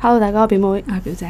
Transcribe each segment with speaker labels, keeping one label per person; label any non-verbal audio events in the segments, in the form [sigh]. Speaker 1: Hello，大家好，表妹。
Speaker 2: 啊表
Speaker 1: [laughs]
Speaker 2: 姐，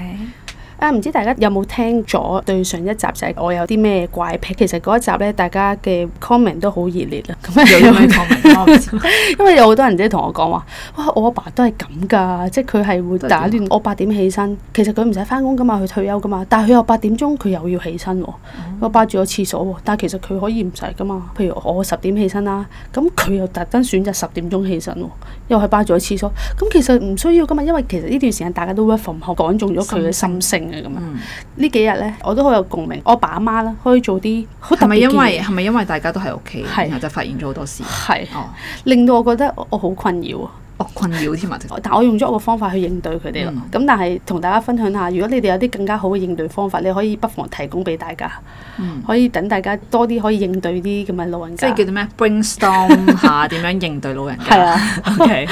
Speaker 1: 啊，唔知大家有冇聽咗對上一集就係我有啲咩怪癖？其實嗰一集咧，大家嘅 comment 都好熱烈啊。咁
Speaker 2: 有咩 comment 我唔知
Speaker 1: 因為有好多人即係同我講話，哇！我阿爸都係咁㗎，即係佢係會
Speaker 2: 啊
Speaker 1: 打亂我八點起身。其實佢唔使翻工㗎嘛，佢退休㗎嘛。但係佢又八點鐘佢又要起身喎，
Speaker 2: 哦
Speaker 1: 佢霸住個廁所喎。但係其實佢可以唔使㗎嘛。譬如我十點起身啦，咁佢又特登選擇十點鐘起身喎，又係霸住個廁所。咁其實唔需要㗎嘛，因為其實呢段時間大家都 work from home，講中咗佢嘅心聲啊咁樣。
Speaker 2: 嗯，
Speaker 1: 呢幾日咧，我都好有共鳴。我爸阿媽啦，可以做啲好特別
Speaker 2: 係咪因為
Speaker 1: 嘅嘢
Speaker 2: 係咪因為大家都喺屋企，
Speaker 1: 係
Speaker 2: 然後就發現咗好多事？
Speaker 1: 係
Speaker 2: 哦，
Speaker 1: 令到我覺得我我好困擾啊！
Speaker 2: 哦困擾添啊！直頭
Speaker 1: 但我用咗我個方法去應對佢哋啦。
Speaker 2: 嗯
Speaker 1: 咁、但係同大家分享下，如果你哋有啲更加好嘅應對方法，你可以不妨提供俾大家，
Speaker 2: 嗯
Speaker 1: 可以等大家多啲可以應對啲咁嘅老人
Speaker 2: 即
Speaker 1: 家。
Speaker 2: 係叫做咩 brainstorm
Speaker 1: [laughs]
Speaker 2: 下點樣應對老人
Speaker 1: 係
Speaker 2: 家。
Speaker 1: 啊，
Speaker 2: OK，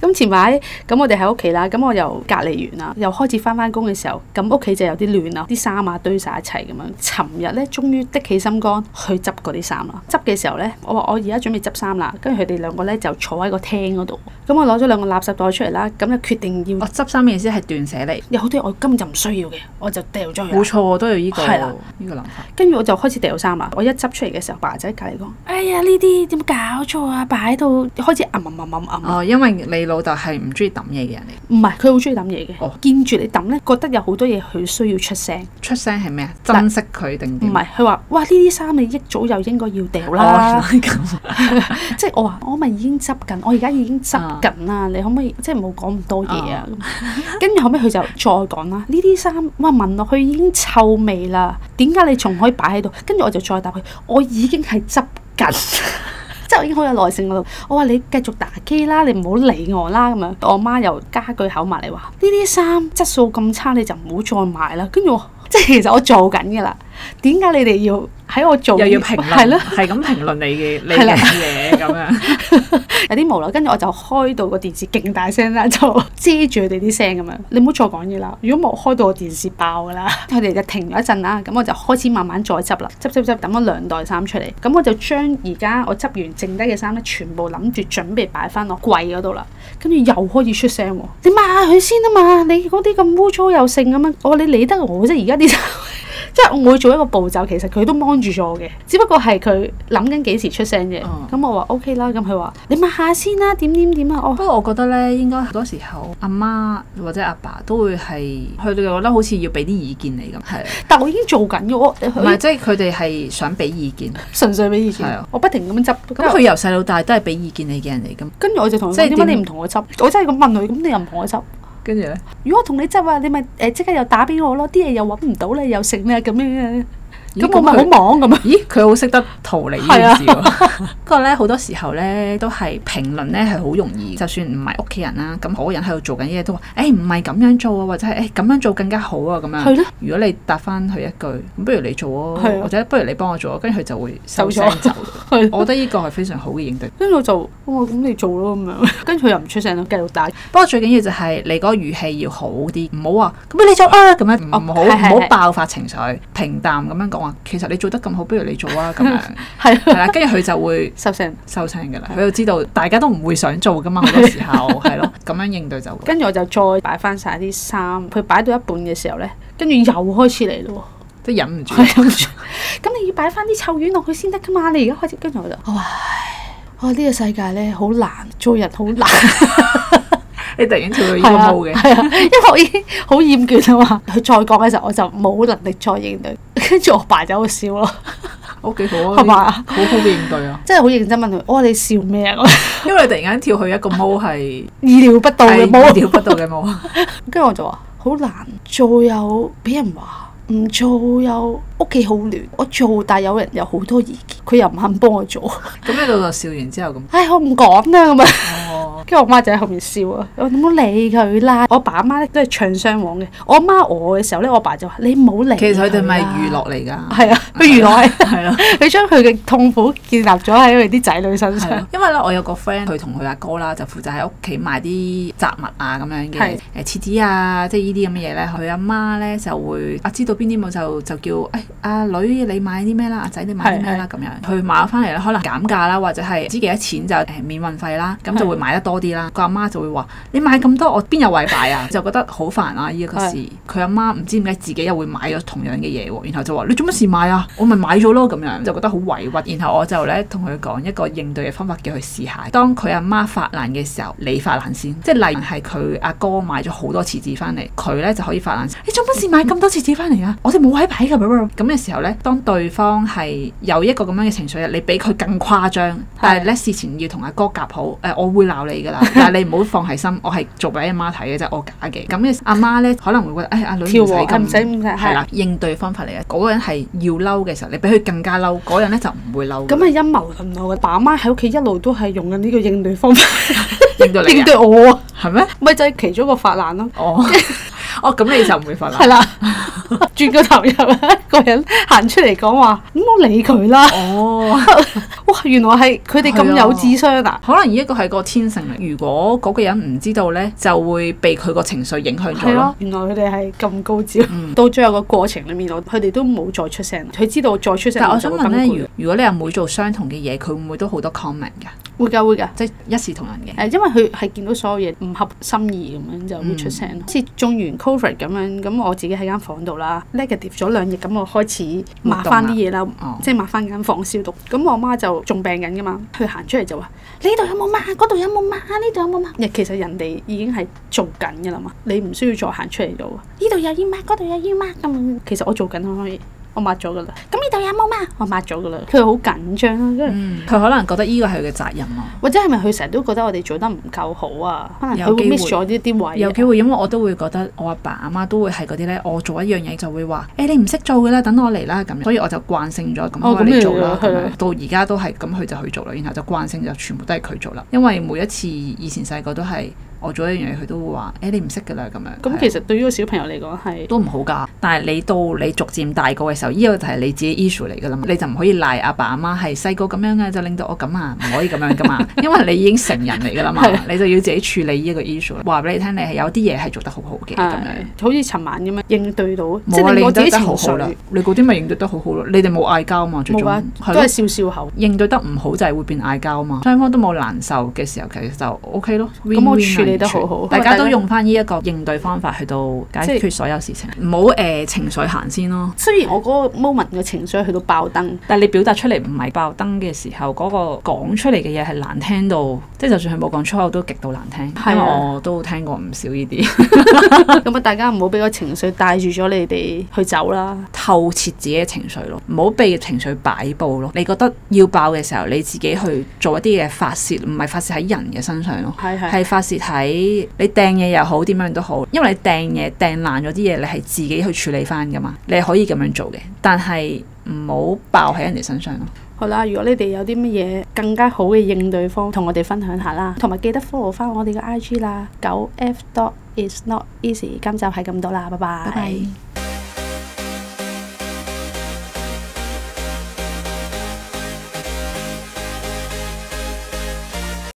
Speaker 1: 咁前排咁我哋喺屋企啦，咁我又隔離完啦，啊又開始翻翻工嘅時候，咁屋企就有啲亂啦，啲衫啊堆晒一齊咁樣。尋日咧，終於的起心肝去執嗰啲衫啦。執嘅時候咧，我話我而家準備執衫啦，跟住佢哋兩個咧就坐喺個廳嗰度。咁我攞咗兩個垃圾袋出嚟啦，咁就決定要
Speaker 2: 我執衫嘅意思係斷捨離，
Speaker 1: 有好多嘢我根本就唔需要嘅，我就掉咗佢啦
Speaker 2: 冇。錯，我都有呢個
Speaker 1: 係啦
Speaker 2: 呢個諗法。
Speaker 1: 跟住我就開始掉衫啦。我一執出嚟嘅時候，爸仔隔離講：哎呀，呢啲點搞錯啊？擺喺度開始揞揞揞揞揞。
Speaker 2: 哦，因為你老豆係唔中意抌嘢嘅人嚟，
Speaker 1: 唔係，佢好中意抌嘢嘅。
Speaker 2: 哦
Speaker 1: 見住你抌咧，覺得有好多嘢佢需要出聲。
Speaker 2: 出聲係咩啊？珍惜佢定
Speaker 1: 唔
Speaker 2: 點？
Speaker 1: 係，佢話：哇，呢啲衫你一早就應該要掉啦。
Speaker 2: 哦，原來咁。
Speaker 1: 即係我話我咪已經執緊，我而家已經執緊啦。
Speaker 2: 啊
Speaker 1: 你可唔可以即係唔好講咁多嘢啊？跟住後尾佢就再講啦。呢啲衫哇聞落去已經臭味啦，點解你仲可以擺喺度？跟住我就再答佢，我已經係執緊。
Speaker 2: [laughs]
Speaker 1: 即係我已經好有耐性嗰度，我話你繼續打機啦，你唔好理我啦咁樣。我媽又加句口埋嚟話：呢啲衫質素咁差，你就唔好再買啦。跟住我即係其實我做緊㗎啦，點解你哋要喺我做
Speaker 2: 又要評
Speaker 1: 係咯
Speaker 2: 論，？係咁評論你嘅你
Speaker 1: 係啦
Speaker 2: 嘅嘢咁樣。
Speaker 1: 有啲無聊，跟住我就開到個電視勁大聲啦，就遮住佢哋啲聲咁樣。你唔好再講嘢啦，如果冇開到個電視爆㗎啦。佢哋就停咗一陣啦，咁我就開始慢慢再執啦，執執執抌咗兩袋衫出嚟。咁我就將而家我執完剩低嘅衫咧，全部諗住準備擺翻落櫃嗰度啦。跟住又開始出聲喎，你抹下佢先啊嘛，你嗰啲咁污糟又剩咁樣，我話你理得我啫，而家啲衫。即係我每做一個步驟，其實佢都幫住咗我嘅，只不過係佢諗緊幾時出聲啫。咁、
Speaker 2: 哦
Speaker 1: 我話 O K 啦，咁佢話你抹下先啦，點點點啊，我
Speaker 2: 不過我覺得咧，應該好多時候阿媽或者阿爸都會係佢哋覺得好似要俾啲意見你咁，係
Speaker 1: 但我已經做緊嘅，我
Speaker 2: 唔係
Speaker 1: 佢
Speaker 2: 即係佢哋係想俾意見？
Speaker 1: 純粹俾意
Speaker 2: 係
Speaker 1: 見
Speaker 2: 啊，
Speaker 1: 我不停咁樣執，
Speaker 2: 咁佢由細到大都係俾意見你嘅人嚟咁，
Speaker 1: 跟住我就同佢
Speaker 2: 即係
Speaker 1: 講點解
Speaker 2: 點
Speaker 1: 你唔同我執？我真係咁問佢，咁你又唔同我執？
Speaker 2: 跟住咧
Speaker 1: 如果我同你執啊，你咪誒即刻又打俾我咯，啲嘢又揾唔到咧，又剩咧咁樣，
Speaker 2: 咦
Speaker 1: 咁我咪
Speaker 2: 咁
Speaker 1: 好
Speaker 2: 佢
Speaker 1: 忙咁啊！
Speaker 2: 咦佢好識得逃離呢件事喎。 [laughs] 不過咧好多時候咧都係評論咧係好容易，就算唔係屋企人啦，咁嗰個人喺度做緊嘢都話：誒唔係咁樣做啊，或者係誒咁樣做更加好啊咁樣。
Speaker 1: 係咯，
Speaker 2: 如果你答翻佢一句，咁不如你做啊，
Speaker 1: 係啊
Speaker 2: 或者不如你幫我做啊，跟住佢就會收
Speaker 1: 走
Speaker 2: 聲
Speaker 1: 咗
Speaker 2: 走。
Speaker 1: [laughs] 係咯
Speaker 2: 我覺得呢個係非常好嘅應對。
Speaker 1: 跟住我就我話咁你做咯咁樣，跟住佢又唔出聲咯，繼續打。
Speaker 2: 不過最緊要就係你嗰個語氣要好啲，唔好話咁你做啊咁樣，
Speaker 1: 哦
Speaker 2: 唔好
Speaker 1: 係係
Speaker 2: 唔
Speaker 1: 係
Speaker 2: 好爆發情緒，平淡咁樣講話。其實你做得咁好，不如你做啊咁
Speaker 1: [laughs]
Speaker 2: 樣，
Speaker 1: 係
Speaker 2: 係啦，跟住佢就會
Speaker 1: 收聲。
Speaker 2: 收聲㗎啦。佢就知道大家都唔會想做㗎嘛，好多時候係咯，咁樣應對就會。
Speaker 1: 跟住我就再擺翻晒啲衫，佢擺到一半嘅時候咧，跟住又開始嚟咯
Speaker 2: 即係忍唔住
Speaker 1: 喎，。係咁做咁你要擺翻啲臭丸落去先得噶嘛？你而家開始，跟住我就，我話唉我呢個世界咧好難，做人好難，
Speaker 2: 你突然跳到呢個
Speaker 1: 係啊，
Speaker 2: 毛嘅，
Speaker 1: 係啊，因為我已經好厭倦啊嘛。佢再講嘅時候，我就冇能力再應對，跟住我爸就喺度笑咯，
Speaker 2: 好幾好啊，
Speaker 1: 係嘛
Speaker 2: 好好嘅應對
Speaker 1: [laughs]
Speaker 2: 啊。
Speaker 1: 真係好認真問佢，我話你笑咩啊？ [laughs]
Speaker 2: 因為你突然間跳去一個毛係
Speaker 1: 意料不到嘅
Speaker 2: 係
Speaker 1: 冇啊
Speaker 2: 意料不到嘅毛。
Speaker 1: 跟住我就話好難做又俾人話，唔做又屋企好亂。我做但係有人有好多意見，佢又唔肯幫我做。
Speaker 2: 咁你老豆笑完之後咁，
Speaker 1: 唉，我唔講啦咁啊！
Speaker 2: 哦。哦，
Speaker 1: 跟住我媽就喺後面笑啊！我話你唔好理佢啦。我爸阿媽咧都係唱雙簧嘅。我阿媽餓嘅時候咧，我爸就話你唔好理。
Speaker 2: 其實佢哋咪娛
Speaker 1: 娛樂，
Speaker 2: 樂嚟㗎，
Speaker 1: [laughs] 係啊，佢娛樂係
Speaker 2: 係咯。
Speaker 1: 佢將佢嘅痛苦建立咗喺佢啲仔女身
Speaker 2: 係
Speaker 1: 上
Speaker 2: 啊。因為咧，我有個 friend 佢同佢阿哥啦，就負責喺屋企買啲雜物啊咁樣嘅
Speaker 1: 係，
Speaker 2: 誒廁紙啊，即係呢啲咁嘅嘢咧。佢阿媽咧就會啊知道邊啲冇就就叫誒阿、女你買啲咩啦，阿仔你買啲咩啦咁樣。佢買翻嚟咧，可能減價啦，或者係唔知幾多錢就誒、免運費啦，咁就會買得多啲啦。個阿媽就會話：你買咁多，我邊有位擺啊？ [laughs] 就覺得好煩啊！呢、一個事，佢阿媽唔知點解自己又會買咗同樣嘅嘢喎，然後就話：你做乜事買啊？我咪買咗咯咁樣，就覺得好委屈。然後我就咧同佢講一個應對嘅方法，叫佢試下。當佢阿媽發難嘅時候，你發難先，即係例如係佢阿哥買咗好多廁紙翻嚟，佢咧就可以發難先。你做乜事買咁多廁紙翻嚟啊？我哋冇位擺㗎咁嘅時候咧，當對方係有一個咁樣嘅情緒，你比佢更誇張，但係咧事前要同阿哥夾好，誒、我會鬧你㗎啦，但係你唔好放喺心，我係做俾阿媽睇嘅啫，我假嘅。咁嘅阿媽咧可能會覺得，誒、哎阿女唔
Speaker 1: 跳
Speaker 2: 使
Speaker 1: 和
Speaker 2: 咁
Speaker 1: 唔使咁係啊
Speaker 2: 係啦，應對方法嚟嘅。嗰個人係要嬲嘅時候，你俾佢更加嬲，嗰人咧就唔會嬲
Speaker 1: 咁
Speaker 2: 嘅，
Speaker 1: 係陰謀論啊！我爸媽喺屋企一路都係用緊呢個應對方法
Speaker 2: 應對你
Speaker 1: 應
Speaker 2: 啊
Speaker 1: 對我啊，
Speaker 2: 係咩？
Speaker 1: 咪就係其中一個發難咯。 [laughs]
Speaker 2: 哦，哦，咁你就唔會發啦
Speaker 1: 係。啦， [laughs] 轉個頭入啦，個人行出嚟講話，咁我理佢啦。
Speaker 2: 哦，
Speaker 1: 哇，原來係佢哋
Speaker 2: 係
Speaker 1: 咁
Speaker 2: 啊
Speaker 1: 有智商啊！
Speaker 2: 可能呢一個係個天性嚟。如果嗰個人唔知道咧，就會被佢個情緒影響咗
Speaker 1: 係
Speaker 2: 咯
Speaker 1: 咯。，原來佢哋係咁高招。
Speaker 2: 嗯
Speaker 1: 到最後個過程裡面，我佢哋都冇再出聲，佢知道再出聲
Speaker 2: 但我
Speaker 1: 我
Speaker 2: 想
Speaker 1: 就會
Speaker 2: 問
Speaker 1: 崩
Speaker 2: 咧，
Speaker 1: 潰
Speaker 2: 如。如果你阿妹做相同嘅嘢，佢會唔會都好多 comment 㗎？
Speaker 1: 會㗎會㗎。
Speaker 2: 即係一視同仁嘅。
Speaker 1: 誒，因為佢係見到所有嘢唔合心意咁樣就會出
Speaker 2: 嗯
Speaker 1: 聲，好似、中完 Covid 咁樣，咁我自己喺間房度啦，negative 咗兩日，咁我開始
Speaker 2: 啊
Speaker 1: 抹翻啲嘢啦，
Speaker 2: 哦，
Speaker 1: 即係抹翻間房消毒。咁我媽就仲病緊噶嘛，佢行出嚟就話：呢度有冇抹？嗰度有冇抹？呢度有冇抹？啊其實人哋已經係做緊噶啦嘛，你唔需要再行出嚟做。呢度又要抹，嗰度又要抹咁。其實我做緊可以，我抹咗噶啦。咁呢度有冇抹？我抹咗噶啦。佢好緊張啦，因為
Speaker 2: 嗯，佢可能覺得呢個係佢嘅責任啊。
Speaker 1: 或者係咪佢成日都覺得我哋做得唔夠好啊？可能
Speaker 2: 有
Speaker 1: 佢
Speaker 2: 機
Speaker 1: 會
Speaker 2: 會
Speaker 1: miss 咗呢啲位
Speaker 2: 有
Speaker 1: 啊。
Speaker 2: 機會，因為我都會覺得我阿爸阿媽都會係嗰啲咧，我做一樣嘢就會話：誒、你唔識做㗎啦，等我嚟啦咁樣。所以我就慣性咗咁，
Speaker 1: 哦
Speaker 2: 我話
Speaker 1: 咁
Speaker 2: 你
Speaker 1: 你
Speaker 2: 做啦咁
Speaker 1: 係
Speaker 2: 樣
Speaker 1: 啊。
Speaker 2: 到而家都係咁，佢就去做啦，然後就慣性就全部都係佢做啦。因為每一次以前細個都係我做一樣嘢，佢都會話：誒、你唔識㗎啦咁樣。
Speaker 1: 咁
Speaker 2: 係啊
Speaker 1: 其實對於個小朋友嚟講係。
Speaker 2: 都唔好㗎。但係你到你逐漸大個嘅時候，呢、個就係你自己 issue 嚟㗎啦嘛。你就唔可以賴阿爸阿媽係細個咁樣嘅，就令到我咁啊，唔可以咁樣㗎嘛。
Speaker 1: [laughs]
Speaker 2: 因為你已經成人嚟㗎啦嘛
Speaker 1: 係，
Speaker 2: 你就要自己處理呢個 issue。話俾你聽，你係有啲嘢係做得好好嘅咁樣
Speaker 1: 係。，好似尋晚咁樣應對到，即
Speaker 2: 冇啊，
Speaker 1: 係
Speaker 2: 你
Speaker 1: 令我
Speaker 2: 應
Speaker 1: 自己
Speaker 2: 對得
Speaker 1: 情
Speaker 2: 好好啦
Speaker 1: 緒，
Speaker 2: 你嗰啲咪應對得好好咯。你哋冇嗌交嘛，最終
Speaker 1: 冇啊，
Speaker 2: 係
Speaker 1: 都係。
Speaker 2: 咯
Speaker 1: 笑笑口。
Speaker 2: 應對得唔好就係會變嗌交嘛，雙方都冇難受嘅時候，其實就 O K 咯。
Speaker 1: 咁我
Speaker 2: win-win
Speaker 1: 處
Speaker 2: 啊
Speaker 1: 理得
Speaker 2: 完全
Speaker 1: 好好
Speaker 2: 大
Speaker 1: 因
Speaker 2: 家
Speaker 1: 為大
Speaker 2: 都
Speaker 1: 家
Speaker 2: 用翻呢一個應對方法去到解
Speaker 1: 即
Speaker 2: 決所有事情，唔好誒情緒行先咯。
Speaker 1: 雖然我嗰個 moment 嘅情緒去到爆 [laughs] 燈，
Speaker 2: 但係你表達出嚟唔係爆燈嘅時候，嗰、個講出嚟嘅嘢係難聽到，即係就算佢冇講粗口都極度難聽。
Speaker 1: 係啊
Speaker 2: 因為我都聽過唔少呢啲， [laughs]
Speaker 1: 咁啊大家唔好俾個情緒帶住咗你哋去走啦。
Speaker 2: 透徹自己嘅情緒咯，唔好被情緒擺布咯。你覺得要爆嘅時候，你自己去做一啲嘢發泄，唔係發泄喺人嘅身上咯。
Speaker 1: 係係
Speaker 2: 係發泄喺你掟嘢又好，點樣都好，因為你掟嘢掟爛咗啲嘢，你係自己去處理翻噶嘛，你係可以咁樣做嘅，但係唔好爆喺人哋身上咯。
Speaker 1: 好啦，如果你哋有啲乜嘢更加好嘅應對方，同我哋分享下啦，同埋記得 follow 翻我哋嘅 IG 啦，九 F dot is not easy。今集係咁多啦，拜拜。